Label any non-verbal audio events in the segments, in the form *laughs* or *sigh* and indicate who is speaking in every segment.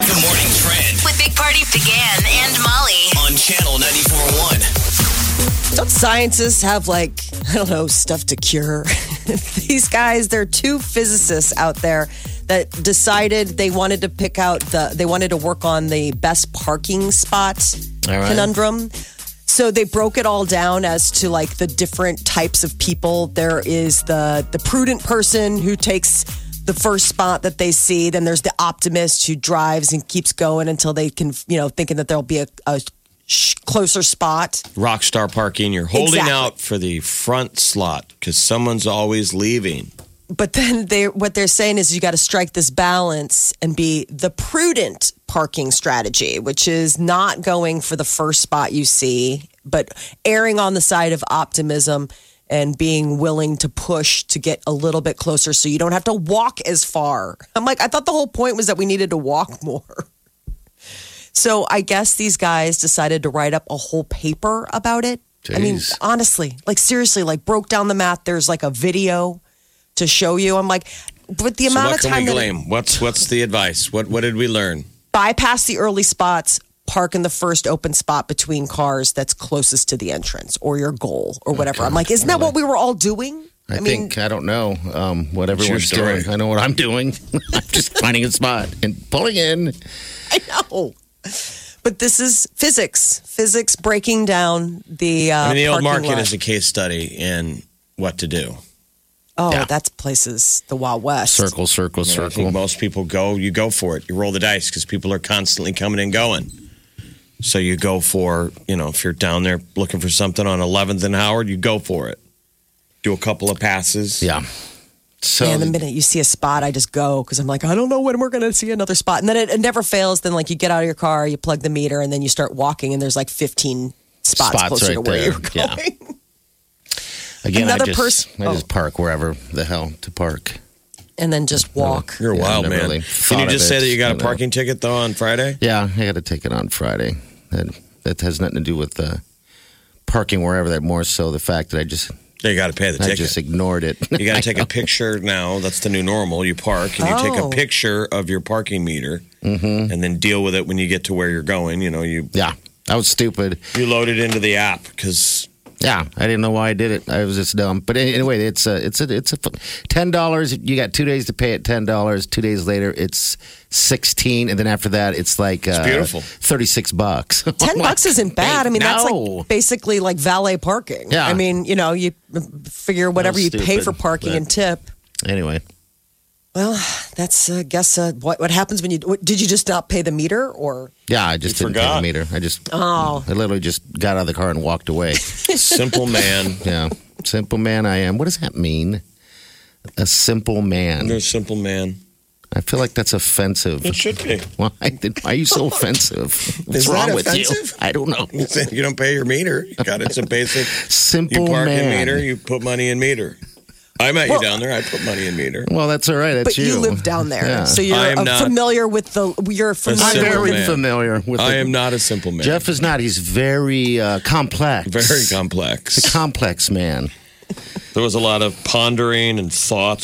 Speaker 1: The morning trend
Speaker 2: with Big Party began and Molly.
Speaker 1: on channel 94.1.
Speaker 3: Don't scientists have like I don't know stuff to cure? *laughs* These guys, there are two physicists out there that decided they wanted to pick out the they wanted to work on the best parking spot conundrum. So they broke it all down as to like the different types of people. There is the the prudent person who takes the first spot that they see. Then there's the optimist who drives and keeps going until they can, you know, thinking that there'll be a, a sh- closer spot.
Speaker 4: rock star parking. You're holding
Speaker 3: Exactly.
Speaker 4: out for the front slot because someone's always leaving.
Speaker 3: but then they what they're saying is you got to strike this balance and be the prudent parking strategy which is not going for the first spot you see but erring on the side of optimism and being willing to push to get a little bit closer so you don't have to walk as far i'm like i thought the whole point was that we needed to walk more *laughs* so i guess these guys decided to write up a whole paper about it i mean
Speaker 4: Jeez.
Speaker 3: honestly like seriously like broke down the math there's like a video to show you. I'm like, with the
Speaker 4: So
Speaker 3: amount
Speaker 4: what
Speaker 3: of
Speaker 4: can
Speaker 3: time
Speaker 4: we
Speaker 3: that
Speaker 4: claim? What's what's the advice? What what did we learn?
Speaker 3: bypass the early spots, park in the first open spot between cars that's closest to the entrance or your goal or whatever. I'm like, isn't that what we were all doing?
Speaker 5: I, think I don't know um, what everyone's
Speaker 4: story.
Speaker 5: doing. I know what I'm doing. *laughs* I'm just finding a spot and pulling in.
Speaker 3: *laughs* I know. But this is physics. Physics breaking down the. Uh,
Speaker 4: I mean, the old
Speaker 3: parking
Speaker 4: market
Speaker 3: lot.
Speaker 4: is a case study in what to do.
Speaker 3: Oh,
Speaker 5: yeah.
Speaker 3: that's places the Wild West.
Speaker 5: Circle, circle,
Speaker 4: I think
Speaker 5: circle.
Speaker 4: most people go. You go for it. You roll the dice because people are constantly coming and going. So you go for you know if you're down there looking for something on 11th and Howard, you go for it. Do a couple of passes.
Speaker 5: Yeah. So
Speaker 3: And the minute you see a spot, I just go because I'm like, I don't know when we're going to see another spot. And then it, it never fails. Then, like, you get out of your car, you plug the meter, and then you start walking, and there's like 15 spots,
Speaker 5: Spots
Speaker 3: closer
Speaker 5: right
Speaker 3: to where
Speaker 5: there.
Speaker 3: you're
Speaker 5: *laughs* Yeah.
Speaker 3: going.
Speaker 5: again,
Speaker 3: another
Speaker 5: I just,
Speaker 3: pers- oh.
Speaker 5: I just park wherever the hell to park.
Speaker 3: And then just walk.
Speaker 4: You're a
Speaker 5: Yeah, I
Speaker 4: wild
Speaker 5: never
Speaker 4: man.
Speaker 5: really
Speaker 4: Can you
Speaker 5: thought of
Speaker 4: just say
Speaker 5: it,
Speaker 4: that you got a
Speaker 5: you know.
Speaker 4: parking ticket though on Friday?
Speaker 5: Yeah, I got to take it on Friday. That that has nothing to do with uh, parking wherever. That more so the fact that I just
Speaker 4: You got to pay the
Speaker 5: I
Speaker 4: ticket.
Speaker 5: just ignored it.
Speaker 4: You
Speaker 5: *laughs*
Speaker 4: got to take a picture now. That's the new normal. You park and you take a
Speaker 3: Oh.
Speaker 4: picture of your parking meter, and then deal with it when you get to where you're going. You know, you
Speaker 5: yeah, I was stupid.
Speaker 4: you load it into the app because
Speaker 5: Yeah, I didn't know why I did it. I was just dumb. But any- anyway, it's a it's a it's a fu- ten dollars. You got two days to pay it. Ten dollars. Two days later, it's sixteen, and then after that, it's like uh,
Speaker 4: beautiful.
Speaker 5: Thirty six bucks. *laughs*
Speaker 3: 10 bucks isn't bad. I mean, that's
Speaker 5: No.
Speaker 3: like basically like valet parking.
Speaker 5: Yeah.
Speaker 3: I mean, you know, you figure whatever you pay
Speaker 5: stupid,
Speaker 3: for parking
Speaker 5: but-
Speaker 3: and tip.
Speaker 5: anyway,
Speaker 3: Well, that's, I guess, uh, what, what happens when you. What, did you just not pay the meter or.
Speaker 5: yeah, I just
Speaker 4: You
Speaker 5: didn't pay
Speaker 4: forgot.
Speaker 5: the meter. I just
Speaker 3: Oh.
Speaker 5: I literally just got out of the car and walked
Speaker 3: *laughs*
Speaker 5: away.
Speaker 4: simple man,
Speaker 5: yeah, simple man I am. What does that mean? A simple
Speaker 4: you're
Speaker 5: man.
Speaker 4: a simple man.
Speaker 5: I feel like that's offensive.
Speaker 4: It should be.
Speaker 5: *laughs* Why, did, why are
Speaker 3: *laughs*
Speaker 5: you so offensive?
Speaker 4: Is
Speaker 5: What's
Speaker 4: that
Speaker 5: wrong with
Speaker 4: offensive?
Speaker 5: you? I don't know.
Speaker 4: *laughs* you don't pay your meter. You got it's a basic. You
Speaker 5: Simple
Speaker 4: park
Speaker 5: man.
Speaker 4: in meter. You put money in meter. I met
Speaker 3: Well-
Speaker 4: you down there. I put money in meter.
Speaker 5: Well, that's all right. That's
Speaker 3: But you live down there,
Speaker 5: Yeah.
Speaker 3: so you're
Speaker 4: I am
Speaker 3: uh,
Speaker 4: not-
Speaker 3: familiar with the. You're familiar.
Speaker 5: I'm
Speaker 4: Simple
Speaker 5: very
Speaker 4: man.
Speaker 5: familiar with.
Speaker 4: I
Speaker 5: the-
Speaker 4: am not a simple man.
Speaker 5: Jeff is not. He's very uh, complex.
Speaker 4: very
Speaker 5: complex.
Speaker 4: complex.
Speaker 5: Complex man.
Speaker 4: There was a lot of pondering and thought.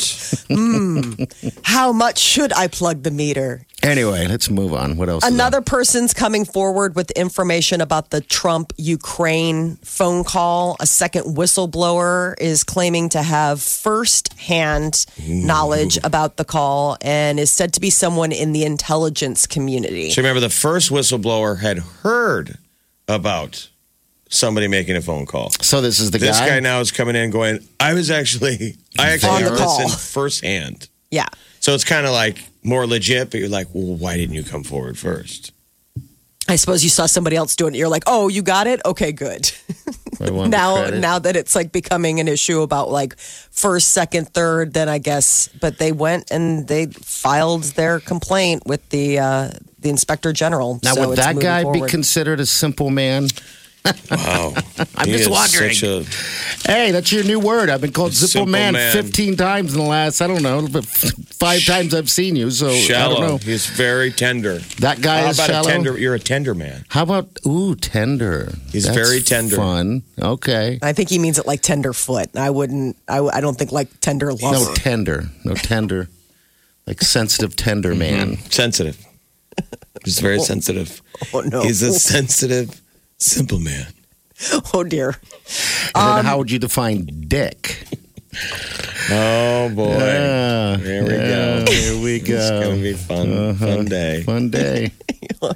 Speaker 3: How much should I plug the meter?
Speaker 5: Anyway, let's move on. What else? is
Speaker 3: Another person's coming forward with information about the Trump Ukraine phone call. A second whistleblower is claiming to have firsthand knowledge about the call and is said to be someone in the intelligence community.
Speaker 4: So remember, the first whistleblower had heard about somebody making a phone call.
Speaker 5: there? So this is the
Speaker 4: This
Speaker 5: guy.
Speaker 4: guy now is coming in going, I was
Speaker 5: *laughs*
Speaker 4: actually, I
Speaker 3: On
Speaker 4: actually
Speaker 3: the call.
Speaker 4: listened firsthand.
Speaker 3: Yeah.
Speaker 4: So it's kind of like more legit, but you're like, well, why didn't you come forward first?
Speaker 3: I suppose you saw somebody else doing it. You're like, oh, you got it? Okay, good.
Speaker 5: I want the
Speaker 3: now
Speaker 5: credit.
Speaker 3: now that it's like becoming an issue about like first second third then i guess but they went and they filed their complaint with the uh the inspector general.
Speaker 5: Now,
Speaker 3: so
Speaker 5: would
Speaker 3: it's
Speaker 5: that
Speaker 3: moving
Speaker 5: guy be
Speaker 3: forward.
Speaker 5: considered a simple man?
Speaker 4: Wow.
Speaker 5: I'm
Speaker 4: He is
Speaker 5: just wondering. Oh,
Speaker 4: Such a,
Speaker 5: Hey, that's your new word. I've been called
Speaker 4: Simple
Speaker 5: Zippo man,
Speaker 4: man.
Speaker 5: 15 times in the last, I don't know, but f- five times I've seen you. So I
Speaker 4: shallow.
Speaker 5: don't know.
Speaker 4: He's very tender.
Speaker 5: That guy
Speaker 4: How
Speaker 5: is
Speaker 4: about
Speaker 5: shallow.
Speaker 4: a tender? You're a tender man.
Speaker 5: How about, ooh, tender?
Speaker 4: He's
Speaker 5: That's
Speaker 4: very tender.
Speaker 5: Fun. Okay.
Speaker 3: I think he means it like tenderfoot. I wouldn't. I, w- I don't think like tender lover.
Speaker 5: No, tender. No, tender. Like sensitive, tender
Speaker 4: Mm-hmm.
Speaker 5: man.
Speaker 4: Sensitive. He's
Speaker 5: *laughs*
Speaker 4: very sensitive.
Speaker 3: *laughs* Oh no.
Speaker 4: He's a sensitive, simple man.
Speaker 3: *laughs* oh dear. *laughs*
Speaker 5: And
Speaker 4: Um,
Speaker 5: then how would you define dick?
Speaker 4: Oh boy.
Speaker 5: Yeah.
Speaker 4: Here we
Speaker 5: Yeah,
Speaker 4: go.
Speaker 5: Here we
Speaker 4: It's gonna
Speaker 5: go.
Speaker 4: be fun. Uh-huh. Fun day.
Speaker 5: One day.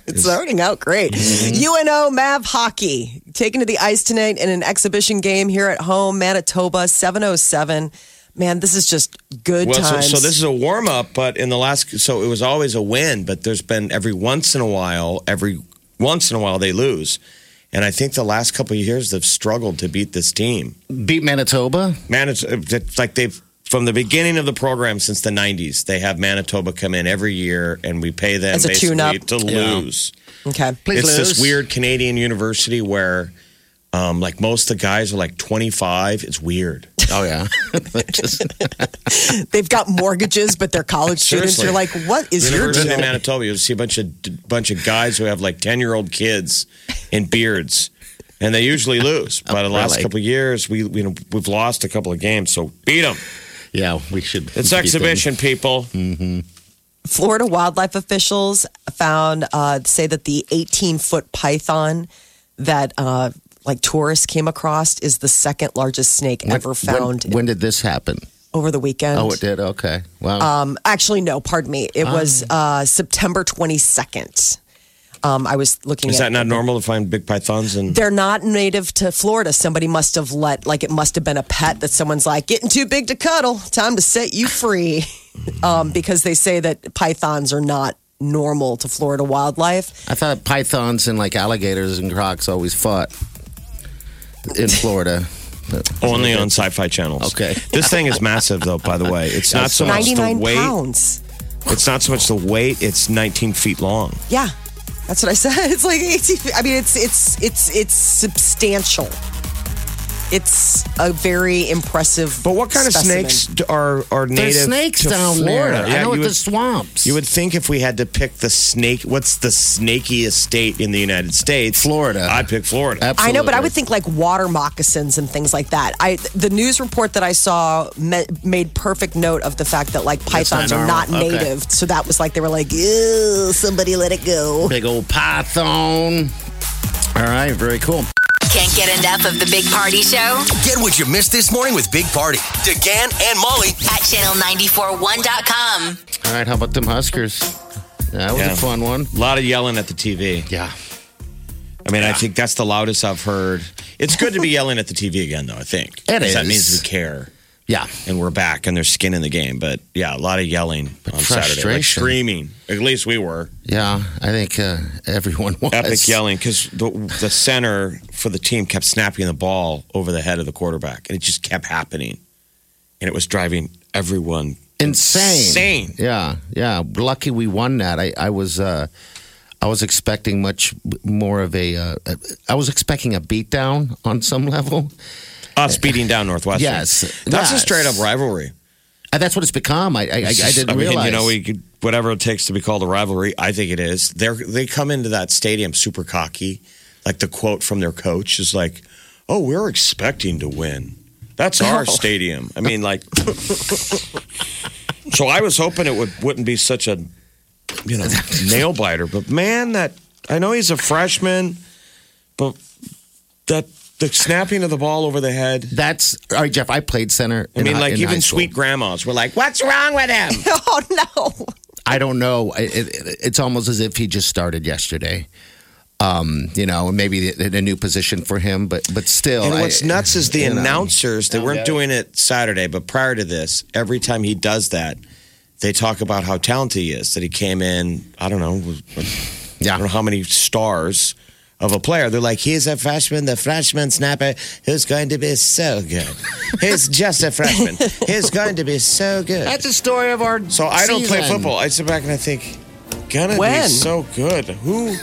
Speaker 3: It's starting out great.
Speaker 5: Mm-hmm.
Speaker 3: UNO Mav Hockey taken to the ice tonight in an exhibition game here at home, Manitoba, 707. Man, this is just good
Speaker 4: Well, so,
Speaker 3: times.
Speaker 4: so this is a warm up, but in the last, so it was always a win, but there's been every once in a while, every once in a while they lose. And I think the last couple of years they've struggled to beat this team.
Speaker 5: Beat Manitoba.
Speaker 4: Man, it's, it's like they've, from the beginning of the program since the 90s, they have Manitoba come in every year and we pay them
Speaker 3: As a
Speaker 4: basically
Speaker 3: tune-up.
Speaker 4: to
Speaker 5: Yeah.
Speaker 4: lose.
Speaker 3: okay.
Speaker 5: Please
Speaker 4: it's
Speaker 5: lose.
Speaker 4: this weird Canadian university where, um, like, most of the guys are like 25. It's weird.
Speaker 5: Oh yeah. *laughs* Just-
Speaker 3: They've got mortgages, but they're college students.
Speaker 4: Seriously.
Speaker 3: You're like, what is your
Speaker 4: University
Speaker 3: deal?
Speaker 4: of Manitoba. You see a bunch of bunch of guys who have like ten year old kids in beards, and they usually lose. But the last
Speaker 5: really?
Speaker 4: couple of years, we you know we've lost a couple of games, so beat them.
Speaker 5: yeah, we should.
Speaker 4: It's
Speaker 5: beat them. Mm-hmm.
Speaker 4: exhibition, people.
Speaker 3: Florida wildlife officials found uh, say that the 18 foot python that uh, like tourists came across is the second largest snake ever found
Speaker 5: When, when did this happen?
Speaker 3: over the weekend.
Speaker 5: Oh, it did. Okay.
Speaker 4: Uh,
Speaker 5: Wow.
Speaker 3: Um, actually, no, pardon me. It was
Speaker 5: Ah.
Speaker 3: uh, September 22nd. Um, I was looking
Speaker 4: Is
Speaker 3: at
Speaker 4: that not normal to find big pythons? And
Speaker 3: they're not native to Florida. Somebody must have let, like, it must have been a pet that someone's like, getting too big to cuddle. Time to set you free. *laughs* um, because they say that pythons are not normal to Florida wildlife.
Speaker 5: I thought pythons and like alligators and crocs always fought in Florida. But-
Speaker 4: only on sci-fi channels.
Speaker 5: Okay.
Speaker 4: this thing is massive, though. By the way, it's not so much the
Speaker 3: 99
Speaker 4: weight.
Speaker 3: pounds.
Speaker 4: It's not so much the weight. It's 19 feet long.
Speaker 3: Yeah. That's what I *laughs* said. It's like 18 feet. I mean, it's it's it's it's substantial. It's a very impressive.
Speaker 4: But what kind
Speaker 3: specimen.
Speaker 4: of snakes are are
Speaker 5: There's
Speaker 4: native
Speaker 5: snakes
Speaker 4: to
Speaker 5: down
Speaker 4: Florida?
Speaker 5: there.
Speaker 4: Yeah,
Speaker 5: I know
Speaker 4: you
Speaker 5: with the
Speaker 4: would-
Speaker 5: swamps.
Speaker 4: You would think if we had to pick the snake, what's the snakiest state in the United States?
Speaker 5: Florida.
Speaker 4: I'd pick Florida.
Speaker 5: Absolutely.
Speaker 3: I know, but I would think like water moccasins and things like that. I the news report that I saw me, made perfect note of the fact that like
Speaker 5: That's not
Speaker 3: pythons are not
Speaker 5: normal. Okay.
Speaker 3: native, so that was like they were like, ew, somebody let it go.
Speaker 5: big old python. All right. Very cool.
Speaker 2: Can't get enough of the Big Party Show
Speaker 1: Get what you missed this morning with Big Party. DeGan and Molly.
Speaker 2: at channel941.com.
Speaker 5: All right. How about them Huskers? That was
Speaker 4: Yeah.
Speaker 5: a fun one.
Speaker 4: A lot of yelling at the TV.
Speaker 5: Yeah.
Speaker 4: I mean, I think that's the loudest I've heard. It's good to be yelling at the TV again, though, I think.
Speaker 5: It
Speaker 4: 'Cause That
Speaker 5: is.
Speaker 4: means we care
Speaker 5: Yeah.
Speaker 4: and we're back and there's skin in the game. But yeah, a lot of yelling on Saturday. Like
Speaker 5: frustration.
Speaker 4: screaming. At least we were.
Speaker 5: Yeah. I think uh, everyone *laughs* was.
Speaker 4: Epic yelling because the, the center for the team kept snapping the ball over the head of the quarterback and it just kept happening. And it was driving everyone
Speaker 5: insane.
Speaker 4: Insane.
Speaker 5: Yeah, yeah. Lucky we won that. I, I was, uh, I was expecting much more of a. Uh, I was expecting a beatdown on some level.
Speaker 4: Us beating down Northwestern.
Speaker 5: Yes.
Speaker 4: That's a
Speaker 5: Yes.
Speaker 4: straight up rivalry.
Speaker 5: And that's what it's become. I, I, I, I didn't
Speaker 4: I mean,
Speaker 5: realize.
Speaker 4: you know, we could, whatever it takes to be called a rivalry, I think it is. They're, they come into that stadium super cocky. Like the quote from their coach is like, "Oh, we're expecting to win. That's our stadium." I mean, like, so I was hoping it would wouldn't be such a you know nail biter, but man, that I know he's a freshman, but that the snapping of the ball over the head.
Speaker 5: *laughs* that's all right, Jeff. I played center.
Speaker 4: I
Speaker 5: in
Speaker 4: mean,
Speaker 5: hi-
Speaker 4: like
Speaker 5: in high
Speaker 4: even
Speaker 5: school.
Speaker 4: sweet grandmas were like, "What's wrong with him?"
Speaker 3: *laughs* oh no!
Speaker 5: I don't know. It, it, it's almost as if he just started yesterday. Um, you know, and maybe a, a new position for him, but *laughs* but still.
Speaker 4: And what's
Speaker 5: I-
Speaker 4: nuts is the
Speaker 5: you know.
Speaker 4: announcers, they weren't
Speaker 5: get it.
Speaker 4: doing it Saturday, but prior to this, every time he does that, they talk about how talented he is, that he came in, I don't know, with- I don't know
Speaker 5: Yeah,
Speaker 4: how many stars of a player. They're like, he's a freshman, the freshman snapper who's going to be so good. He's just a
Speaker 5: *laughs*
Speaker 4: freshman. He's going to be so good.
Speaker 5: that's the story of our.
Speaker 4: So I don't play
Speaker 5: season.
Speaker 4: football. I sit back and I think, gonna
Speaker 3: When?
Speaker 4: be so good. Who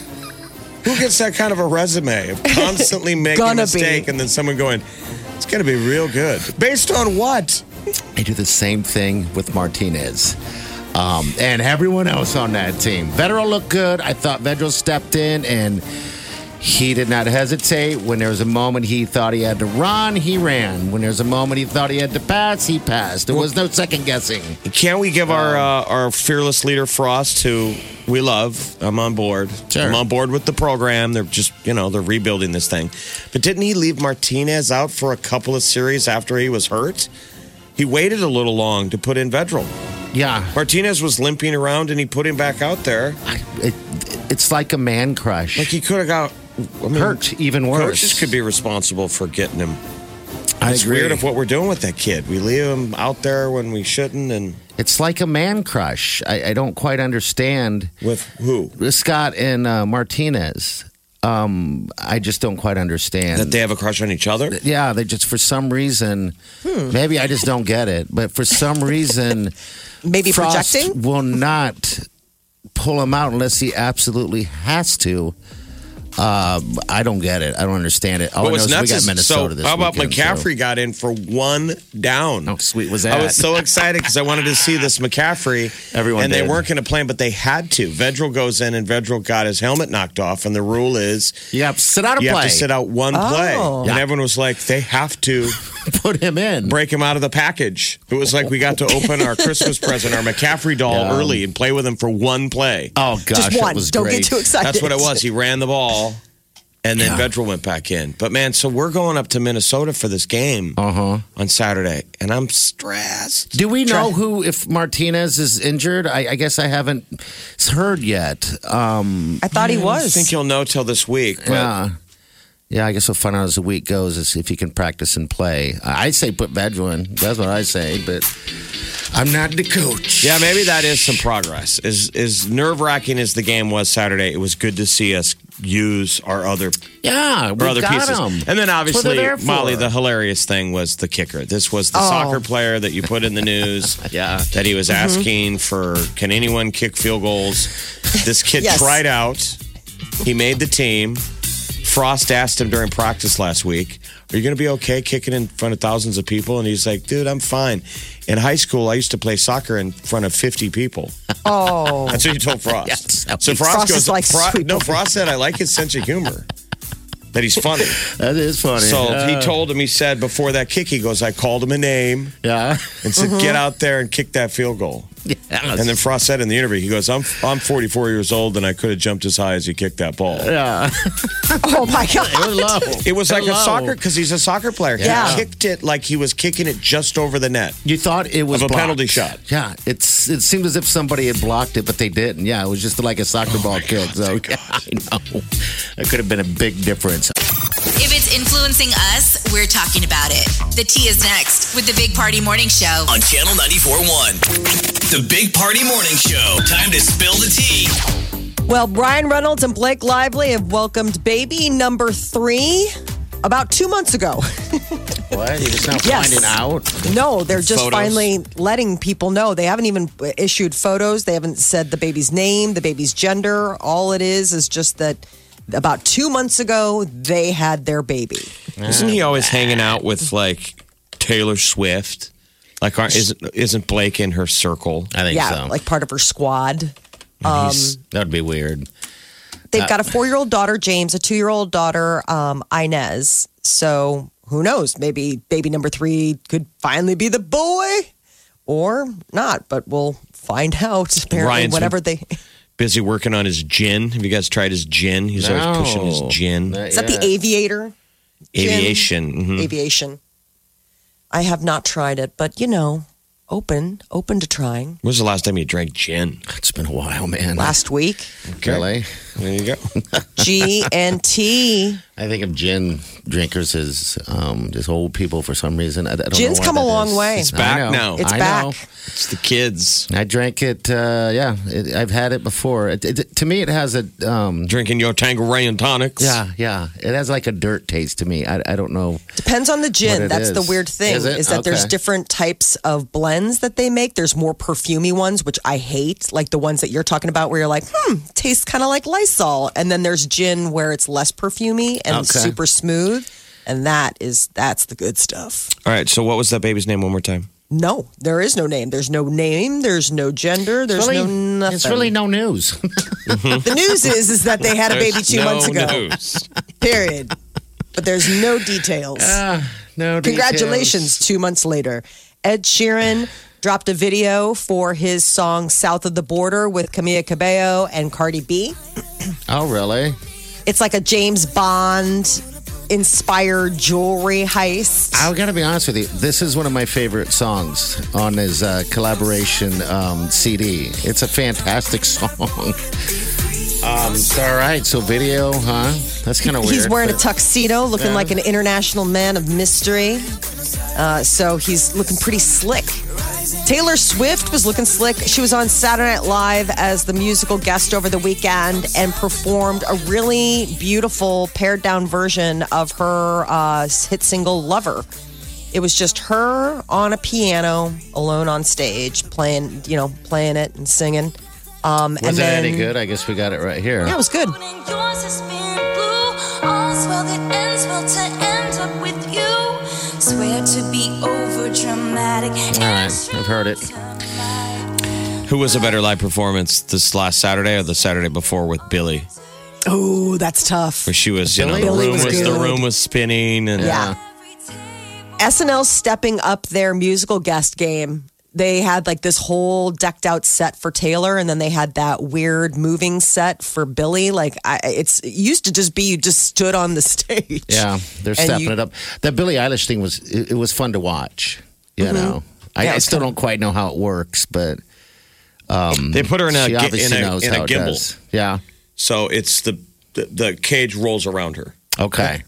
Speaker 4: who gets that kind of a resume
Speaker 3: *laughs*
Speaker 4: of constantly making a
Speaker 3: Gonna
Speaker 4: mistake
Speaker 3: be.
Speaker 4: and then someone going, It's gonna be real good. Based on what?
Speaker 5: I do the same thing with Martinez. Um, and everyone else on that team. Vedro looked good. I thought Vedro stepped in and he did not hesitate. When there was a moment he thought he had to run, he ran. When there was a moment he thought he had to pass, he passed. There was no second guessing.
Speaker 4: Can we give our
Speaker 3: Um,
Speaker 4: uh, our fearless leader Frost, who we love? I'm on board.
Speaker 5: Sure.
Speaker 4: I'm on board with the program. They're just you know they're rebuilding this thing. But didn't he leave Martinez out for a couple of series after he was hurt? He waited a little long to put in Vedral.
Speaker 5: Yeah.
Speaker 4: Martinez was limping around, and he put him back out there
Speaker 5: I, it, it's like a man crush.
Speaker 4: like he could have got I mean,
Speaker 5: Hurt, even worse.
Speaker 4: Coaches could be responsible for getting him.
Speaker 5: I
Speaker 4: It's
Speaker 5: agree.
Speaker 4: weird of what we're doing with that kid. We leave him out there when we shouldn't, and
Speaker 5: It's like a man crush. I, I don't quite understand.
Speaker 4: with who?
Speaker 5: Scott and uh, Martinez. Um, I just don't quite understand.
Speaker 4: That they have a crush on each other.
Speaker 5: yeah, they just for some reason.
Speaker 4: Hmm.
Speaker 5: Maybe I just don't get it, but
Speaker 4: *laughs*
Speaker 5: for some reason,
Speaker 3: Maybe
Speaker 5: Frost
Speaker 3: projecting?
Speaker 5: will not pull him out unless he absolutely has to. Um, I don't get it. I don't understand it. All
Speaker 4: But
Speaker 5: I know
Speaker 4: what's
Speaker 5: is we
Speaker 4: nuts
Speaker 5: got
Speaker 4: is-
Speaker 5: Minnesota
Speaker 4: so
Speaker 5: this
Speaker 4: how about
Speaker 5: weekend, so-
Speaker 4: McCaffrey got in for one down?
Speaker 5: How sweet was
Speaker 4: I
Speaker 5: that?
Speaker 4: was so excited because I wanted to see this McCaffrey.
Speaker 5: *laughs* Everyone
Speaker 4: and they
Speaker 5: did.
Speaker 4: weren't going to play him, but they had to. Vedral goes in, and Vedral got his helmet knocked off, and the rule is
Speaker 5: You have to sit out a
Speaker 4: you
Speaker 5: play.
Speaker 4: have to sit out one play.
Speaker 3: Oh.
Speaker 4: And everyone was like, they have to
Speaker 5: *laughs* Put him in.
Speaker 4: break him out of the package. It was like we got to open our Christmas present, our McCaffrey doll, early and play with him for one play.
Speaker 5: Oh gosh,
Speaker 3: Just one.
Speaker 5: That was
Speaker 3: Don't
Speaker 5: great.
Speaker 3: get too excited.
Speaker 4: That's what it was. He ran the ball, and then Vedral went back in. But man, so we're going up to Minnesota for this game
Speaker 5: Uh-huh.
Speaker 4: on Saturday, and I'm stressed.
Speaker 5: Do we know who, if Martinez is injured? I, I guess I haven't heard yet. Um,
Speaker 3: I thought he
Speaker 4: I
Speaker 3: was.
Speaker 4: think he'll know till this week. But
Speaker 5: yeah. Yeah, I guess we'll find out as the week goes to see if he can practice and play. I I'd say put Vedro in. That's what I say, but I'm not the coach.
Speaker 4: yeah, maybe that is some progress. As as nerve wracking as the game was Saturday, it was good to see us use our other
Speaker 5: Yeah, we
Speaker 4: or other
Speaker 5: got
Speaker 4: pieces.
Speaker 5: him.
Speaker 4: And then
Speaker 5: That's what
Speaker 4: obviously,
Speaker 5: they're there for. Oh.
Speaker 4: Molly, the hilarious thing was the kicker. This was the soccer player that you put in the news.
Speaker 5: *laughs* Yeah. Mm-hmm.
Speaker 4: That he was asking for can anyone kick field goals? This
Speaker 5: *laughs*
Speaker 4: kid
Speaker 3: Yes.
Speaker 4: tried out. He made the team. Frost asked him during practice last week, Are you going to be okay kicking in front of thousands of people? And he's like, Dude, I'm fine. In high school, I used to play soccer in front of 50 people.
Speaker 5: *laughs*
Speaker 3: oh,
Speaker 4: That's what you told Frost.
Speaker 5: Yes.
Speaker 4: So Frost,
Speaker 3: Frost
Speaker 4: goes,
Speaker 3: is like,
Speaker 4: Fro-
Speaker 3: "Sweet
Speaker 4: No,
Speaker 3: boy."
Speaker 4: Frost said, I like his sense of humor, that he's funny.
Speaker 5: *laughs* That is funny.
Speaker 4: So
Speaker 5: Uh,
Speaker 4: he told him, he said before that kick, he goes, I called him a name
Speaker 5: yeah. *laughs*
Speaker 4: and said, get out there and kick that field goal. And then Frost said in the interview, he goes, I'm, I'm 44 years old and I could have jumped as high as he kicked that ball.
Speaker 5: yeah.
Speaker 3: oh my God.
Speaker 5: Hello.
Speaker 4: *laughs* It was like a
Speaker 5: Hello.
Speaker 4: soccer, because he's a soccer player.
Speaker 3: Yeah.
Speaker 4: He kicked it like he was kicking it just over the net.
Speaker 5: You thought it was
Speaker 4: Of a
Speaker 5: blocked.
Speaker 4: penalty shot.
Speaker 5: Yeah, it's it seemed as if somebody had blocked it, but they didn't. Yeah, it was just like a soccer
Speaker 4: Oh
Speaker 5: ball kick. So *laughs* yeah, I know that could have been a big difference.
Speaker 2: If it's influencing us, we're talking about it. The tea is next with the Big Party Morning Show.
Speaker 1: on Channel 94.1. The Big Party Morning Show. Time to spill the tea.
Speaker 3: Well, Brian Reynolds and Blake Lively have welcomed baby number three about two months ago. *laughs*
Speaker 5: What? You're just not
Speaker 3: Yes.
Speaker 5: finding out?
Speaker 3: No, they're just
Speaker 4: Photos.
Speaker 3: finally letting people know. They haven't even issued photos. They haven't said the baby's name, the baby's gender. All it is is just that about two months ago, they had their baby.
Speaker 4: Isn't he always hanging out with like Taylor Swift? Like, aren't, isn't, isn't Blake in her circle?
Speaker 5: I think
Speaker 3: yeah,
Speaker 5: so.
Speaker 3: like um, part of her squad.
Speaker 5: He's- that'd be weird.
Speaker 3: They've got a four year old daughter, James, a two year old daughter, um, Inez. So who knows? Maybe baby number three could finally be the boy or not, but we'll find *laughs* out. Apparently,
Speaker 4: Ryan's-
Speaker 3: whatever they.
Speaker 4: Busy working on his gin. Have you guys tried his gin? He's always pushing his gin.
Speaker 5: Uh,
Speaker 3: Is that the aviator? gin?
Speaker 4: Aviation. mhm.
Speaker 5: Hmm.
Speaker 3: aviation. I have not tried it, but you know, open, open to trying.
Speaker 4: When was the last time you drank gin?
Speaker 5: It's been a while, man. *laughs*
Speaker 3: Last week,
Speaker 5: Kelly.
Speaker 4: There you go.
Speaker 3: G and T.
Speaker 5: *laughs* I think of gin drinkers as um, just old people for some reason. I, I don't
Speaker 3: Gin's
Speaker 5: know why
Speaker 3: come a
Speaker 5: that
Speaker 3: long
Speaker 5: is.
Speaker 3: way. It's
Speaker 5: I
Speaker 4: back
Speaker 5: know.
Speaker 4: now.
Speaker 3: It's
Speaker 5: I
Speaker 3: back.
Speaker 5: know.
Speaker 4: It's the kids
Speaker 5: I drank it. Uh, yeah, it, I've had it before. It, it, to me, it has a um,
Speaker 4: drinking your Tangeray and tonics.
Speaker 5: yeah, yeah. It has like a dirt taste to me. I, I don't know.
Speaker 3: Depends on the gin.
Speaker 5: What it
Speaker 3: That's the
Speaker 5: is.
Speaker 3: weird thing
Speaker 5: Is
Speaker 3: is,
Speaker 5: it?
Speaker 3: that there's
Speaker 5: Okay.
Speaker 3: different types of blends that they make. There's more perfumey ones, which I hate, like the ones that you're talking about, where you're like, hmm, tastes kind of like Lysol. And then there's gin where it's less perfumey and
Speaker 5: Okay.
Speaker 3: super smooth, and that is that's the good stuff.
Speaker 4: All right. So what was that baby's name one more time?
Speaker 3: No, there is no name. There's no name. There's no gender. There's
Speaker 5: Really,
Speaker 3: no nothing.
Speaker 5: it's really no news. *laughs*
Speaker 3: the news is is that they had a baby two
Speaker 4: no
Speaker 3: months ago.
Speaker 4: news.
Speaker 3: Period. But there's no details.
Speaker 5: Ah, no,
Speaker 3: Congratulations, two months later. Ed Sheeran dropped a video for his song South of the Border with Camila Cabello and Cardi B.
Speaker 5: details. Oh, really?
Speaker 3: It's like a James Bond inspired jewelry heist.
Speaker 5: I gotta be honest with you. This is one of my favorite songs on his uh, collaboration um, CD. It's a fantastic *laughs* song. Um, so, all right, so video, huh? That's kind of weird.
Speaker 3: He's wearing a
Speaker 5: but-
Speaker 3: tuxedo, looking
Speaker 5: Yeah.
Speaker 3: like an international man of mystery. Uh, so he's looking pretty slick. Taylor Swift was looking slick. She was on Saturday Night Live as the musical guest over the weekend and performed a really beautiful pared down version of her uh, hit single Lover. It was just her on a piano alone on stage playing, you know, playing it and singing. Um, and
Speaker 5: Was that
Speaker 3: then,
Speaker 5: any good? I guess we got it right here.
Speaker 3: Yeah, it was good.
Speaker 6: Yours has been blue. All's well that ends well to end up with you. Swear to be over dramatic.
Speaker 5: All right, I've heard it.
Speaker 4: Who was a better live performance this last Saturday or the Saturday before with Billy?
Speaker 3: Oh, that's tough.
Speaker 4: Where she was, you know, the
Speaker 5: Billy
Speaker 4: room was,
Speaker 5: was
Speaker 4: the
Speaker 5: good.
Speaker 4: room was spinning and
Speaker 3: Yeah. SNL stepping up their musical guest game. They had like this whole decked out set for Taylor, and then they had that weird moving set for Billy. Like, I, it's it used to just be you just stood on the *laughs* stage.
Speaker 5: Yeah, they're
Speaker 3: And
Speaker 5: stepping
Speaker 3: you-
Speaker 5: it up. That Billie Eilish thing was it, it was fun to watch. You know, I,
Speaker 3: Mm-hmm. Yeah,
Speaker 5: I
Speaker 3: it's
Speaker 5: still don't quite know how it works, but
Speaker 4: Mm-hmm. they put her in a
Speaker 5: she
Speaker 4: gi- in
Speaker 5: obviously
Speaker 4: a,
Speaker 5: knows
Speaker 4: in
Speaker 5: how
Speaker 4: a
Speaker 5: it
Speaker 4: gimbal.
Speaker 5: does. Yeah.
Speaker 4: So it's the, the the cage rolls around her.
Speaker 5: Okay.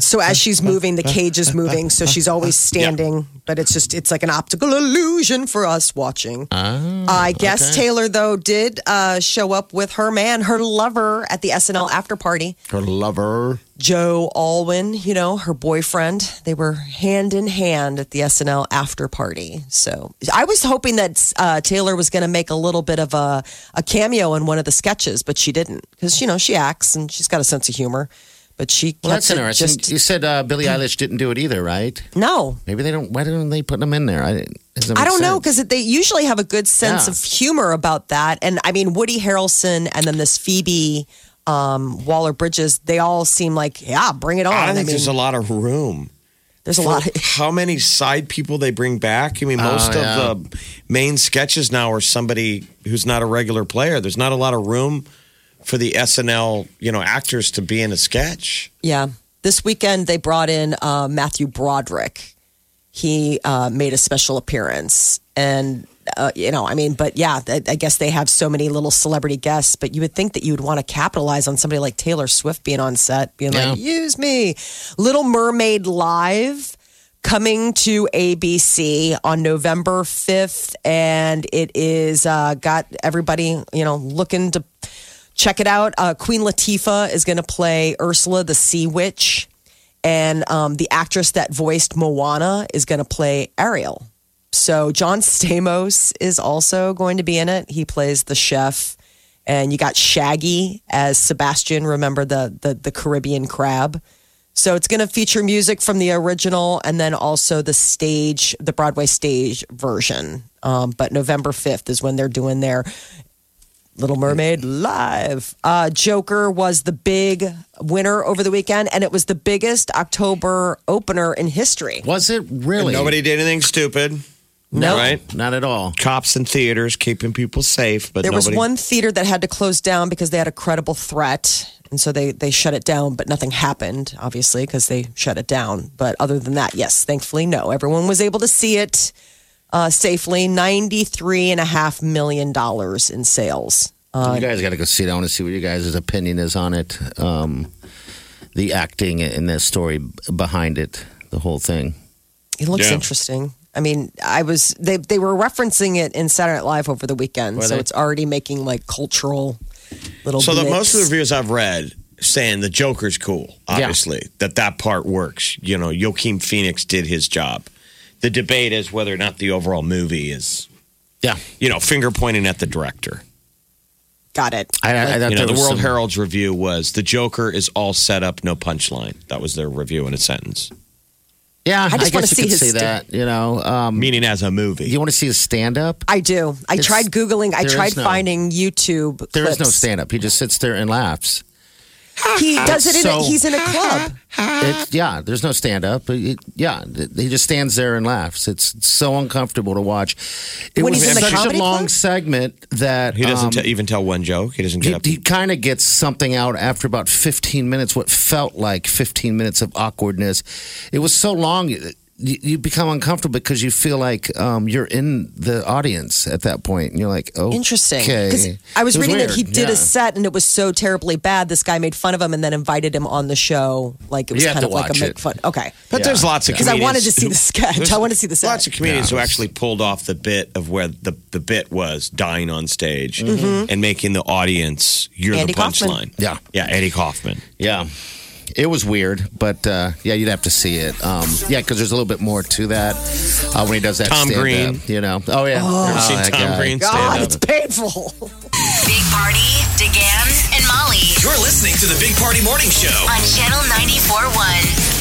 Speaker 3: So as she's moving, the cage is moving, so she's always standing. But it's just it's like an optical illusion for us watching.
Speaker 5: Ah,
Speaker 3: I guess Taylor though did uh, show up with her man, her lover, at the SNL after party.
Speaker 5: Her lover.
Speaker 3: Joe Alwyn, you know, her boyfriend. They were hand in hand at the SNL after party. So I was hoping that uh, Taylor was going to make a little bit of a, a cameo in one of the sketches, but she didn't because, you know, she acts and she's got a sense of humor. But she
Speaker 5: Well,
Speaker 3: kept
Speaker 5: that's
Speaker 3: it
Speaker 5: interesting.
Speaker 3: just Mm-hmm.
Speaker 5: you said uh, Billie Eilish didn't do it either, right?
Speaker 3: no.
Speaker 5: Maybe they don't. Why don't they put them in there? I, it doesn't
Speaker 3: I
Speaker 5: make
Speaker 3: don't know
Speaker 5: sense.
Speaker 3: because they usually have a good sense
Speaker 5: Yeah.
Speaker 3: of humor about that. And I mean, Woody Harrelson and then this Phoebe um, Waller Bridges, they all seem like, yeah, bring it on.
Speaker 4: I don't think
Speaker 3: mean,
Speaker 4: there's a lot of room.
Speaker 3: there's a lot. Of, *laughs*
Speaker 4: How many side people they bring back? I mean, most
Speaker 5: Oh, yeah.
Speaker 4: of the main sketches now are somebody who's not a regular player. There's not a lot of room for the SNL, you know, actors to be in a sketch.
Speaker 3: Yeah. This weekend, they brought in uh, Matthew Broderick. He uh, made a special appearance. And, uh, you know, I mean, but yeah, I, I guess they have so many little celebrity guests, but you would think that you would want to capitalize on somebody like Taylor Swift being on set, being like, use me. Little Mermaid Live coming to ABC on November 5th. And it is uh, got everybody, you know, looking to check it out. Uh, Queen Latifah is going to play Ursula the Sea Witch. And um, the actress that voiced Moana is going to play Ariel. So John Stamos is also going to be in it. He plays the chef. And you got Shaggy as Sebastian, remember the, the, the Caribbean crab. So it's going to feature music from the original and then also the stage, the Broadway stage version. Um, but November 5th is when they're doing their Little Mermaid live. Uh, Joker was the big winner over the weekend, and it was the biggest October opener in history.
Speaker 5: Was it really?
Speaker 4: Nobody did anything stupid.
Speaker 3: No.
Speaker 4: Right?
Speaker 5: Not at all.
Speaker 4: Cops in theaters keeping people safe, but
Speaker 3: There was
Speaker 4: nobody.
Speaker 3: one theater that had to close down because they had a credible threat, and so they they shut it down. But nothing happened, obviously, because they shut it down. But other than that, yes, thankfully, no. Everyone was able to see it uh, safely. Ninety three and a half million dollars in sales. Uh,
Speaker 5: you guys got to go see it. I want to see what you guys' opinion is on it. Um, the acting and the story behind it, the whole thing.
Speaker 3: It looks
Speaker 4: Yeah.
Speaker 3: interesting. I mean, I was they they were referencing it in Saturday Night Live over the weekend, so
Speaker 5: they?
Speaker 3: it's already making like cultural little.
Speaker 4: So the, most of the
Speaker 3: bits.
Speaker 4: reviews I've read saying the Joker's cool, obviously, that that part works. You know, Joaquin Phoenix did his job. The debate is whether or not the overall movie is,
Speaker 5: Yeah,
Speaker 4: you know, finger pointing at the director.
Speaker 3: got it.
Speaker 5: I, I, I thought
Speaker 4: You know,
Speaker 5: there
Speaker 4: the
Speaker 5: was
Speaker 4: World
Speaker 5: some-
Speaker 4: Herald's review was the Joker is all set up, no punchline. That was their review in a sentence,
Speaker 5: Yeah, I,
Speaker 3: just wanna
Speaker 5: guess you
Speaker 3: see
Speaker 5: could
Speaker 3: his
Speaker 5: say
Speaker 3: sta-
Speaker 5: that. You know, um,
Speaker 4: meaning as a movie.
Speaker 5: you want to see his stand up?
Speaker 3: I do. I
Speaker 5: It's-
Speaker 3: tried googling. I
Speaker 5: there
Speaker 3: tried
Speaker 5: is no-
Speaker 3: finding YouTube.
Speaker 5: There is no
Speaker 3: clips.
Speaker 5: stand up. He just sits there and laughs.
Speaker 3: He does it. In a,
Speaker 5: So-
Speaker 3: he's in a
Speaker 5: *laughs*
Speaker 3: club. Ah.
Speaker 5: It's, yeah, there's no stand up. Yeah, th- he just stands there and laughs. It's so uncomfortable to watch. It
Speaker 3: When
Speaker 5: was
Speaker 3: he's in the
Speaker 5: such
Speaker 3: comedy
Speaker 5: a long
Speaker 3: club?
Speaker 5: segment that
Speaker 4: he doesn't
Speaker 5: um,
Speaker 4: te- even tell one joke. He doesn't get
Speaker 5: he,
Speaker 4: up.
Speaker 5: he kind of gets something out after about 15 minutes what felt like 15 minutes of awkwardness it was so long you, you become uncomfortable because you feel like um, you're in the audience at that point and you're like oh
Speaker 3: Interesting. Because
Speaker 5: okay.
Speaker 3: I was,
Speaker 5: It
Speaker 3: reading that he
Speaker 5: weird.
Speaker 3: did
Speaker 5: yeah.
Speaker 3: a set and it was so terribly bad. This guy made fun of him and then invited him on the show. Like it was
Speaker 5: You have
Speaker 3: kind
Speaker 5: to
Speaker 3: of like a
Speaker 5: watch
Speaker 3: make
Speaker 5: it.
Speaker 3: fun. Okay.
Speaker 4: But
Speaker 5: Yeah.
Speaker 4: there's lots of
Speaker 3: Because I
Speaker 4: comedians
Speaker 3: wanted to see
Speaker 4: who-
Speaker 3: the sketch.
Speaker 4: there's
Speaker 3: I want to see the set.
Speaker 4: Lots of comedians who actually pulled off the bit of where the, the bit was dying on stage and making the audience you're
Speaker 3: Andy
Speaker 4: the
Speaker 3: Kaufman.
Speaker 4: punchline.
Speaker 5: Mm-hmm. Yeah.
Speaker 4: yeah, Eddie Kaufman.
Speaker 5: yeah it was weird but uh, yeah you'd have to see it um, yeah because there's a little bit more to that uh, when he does that
Speaker 4: Tom
Speaker 5: stand-up,
Speaker 4: Green.
Speaker 5: you know oh
Speaker 4: Ever
Speaker 5: yeah Oh,
Speaker 4: seen
Speaker 5: that
Speaker 4: Tom
Speaker 5: guy.
Speaker 4: Green
Speaker 3: God,
Speaker 4: stand up?
Speaker 3: it's painful.
Speaker 2: Big Party, DeGan, and Molly
Speaker 1: You're listening to the Big Party Morning Show.
Speaker 2: on Channel 94.1.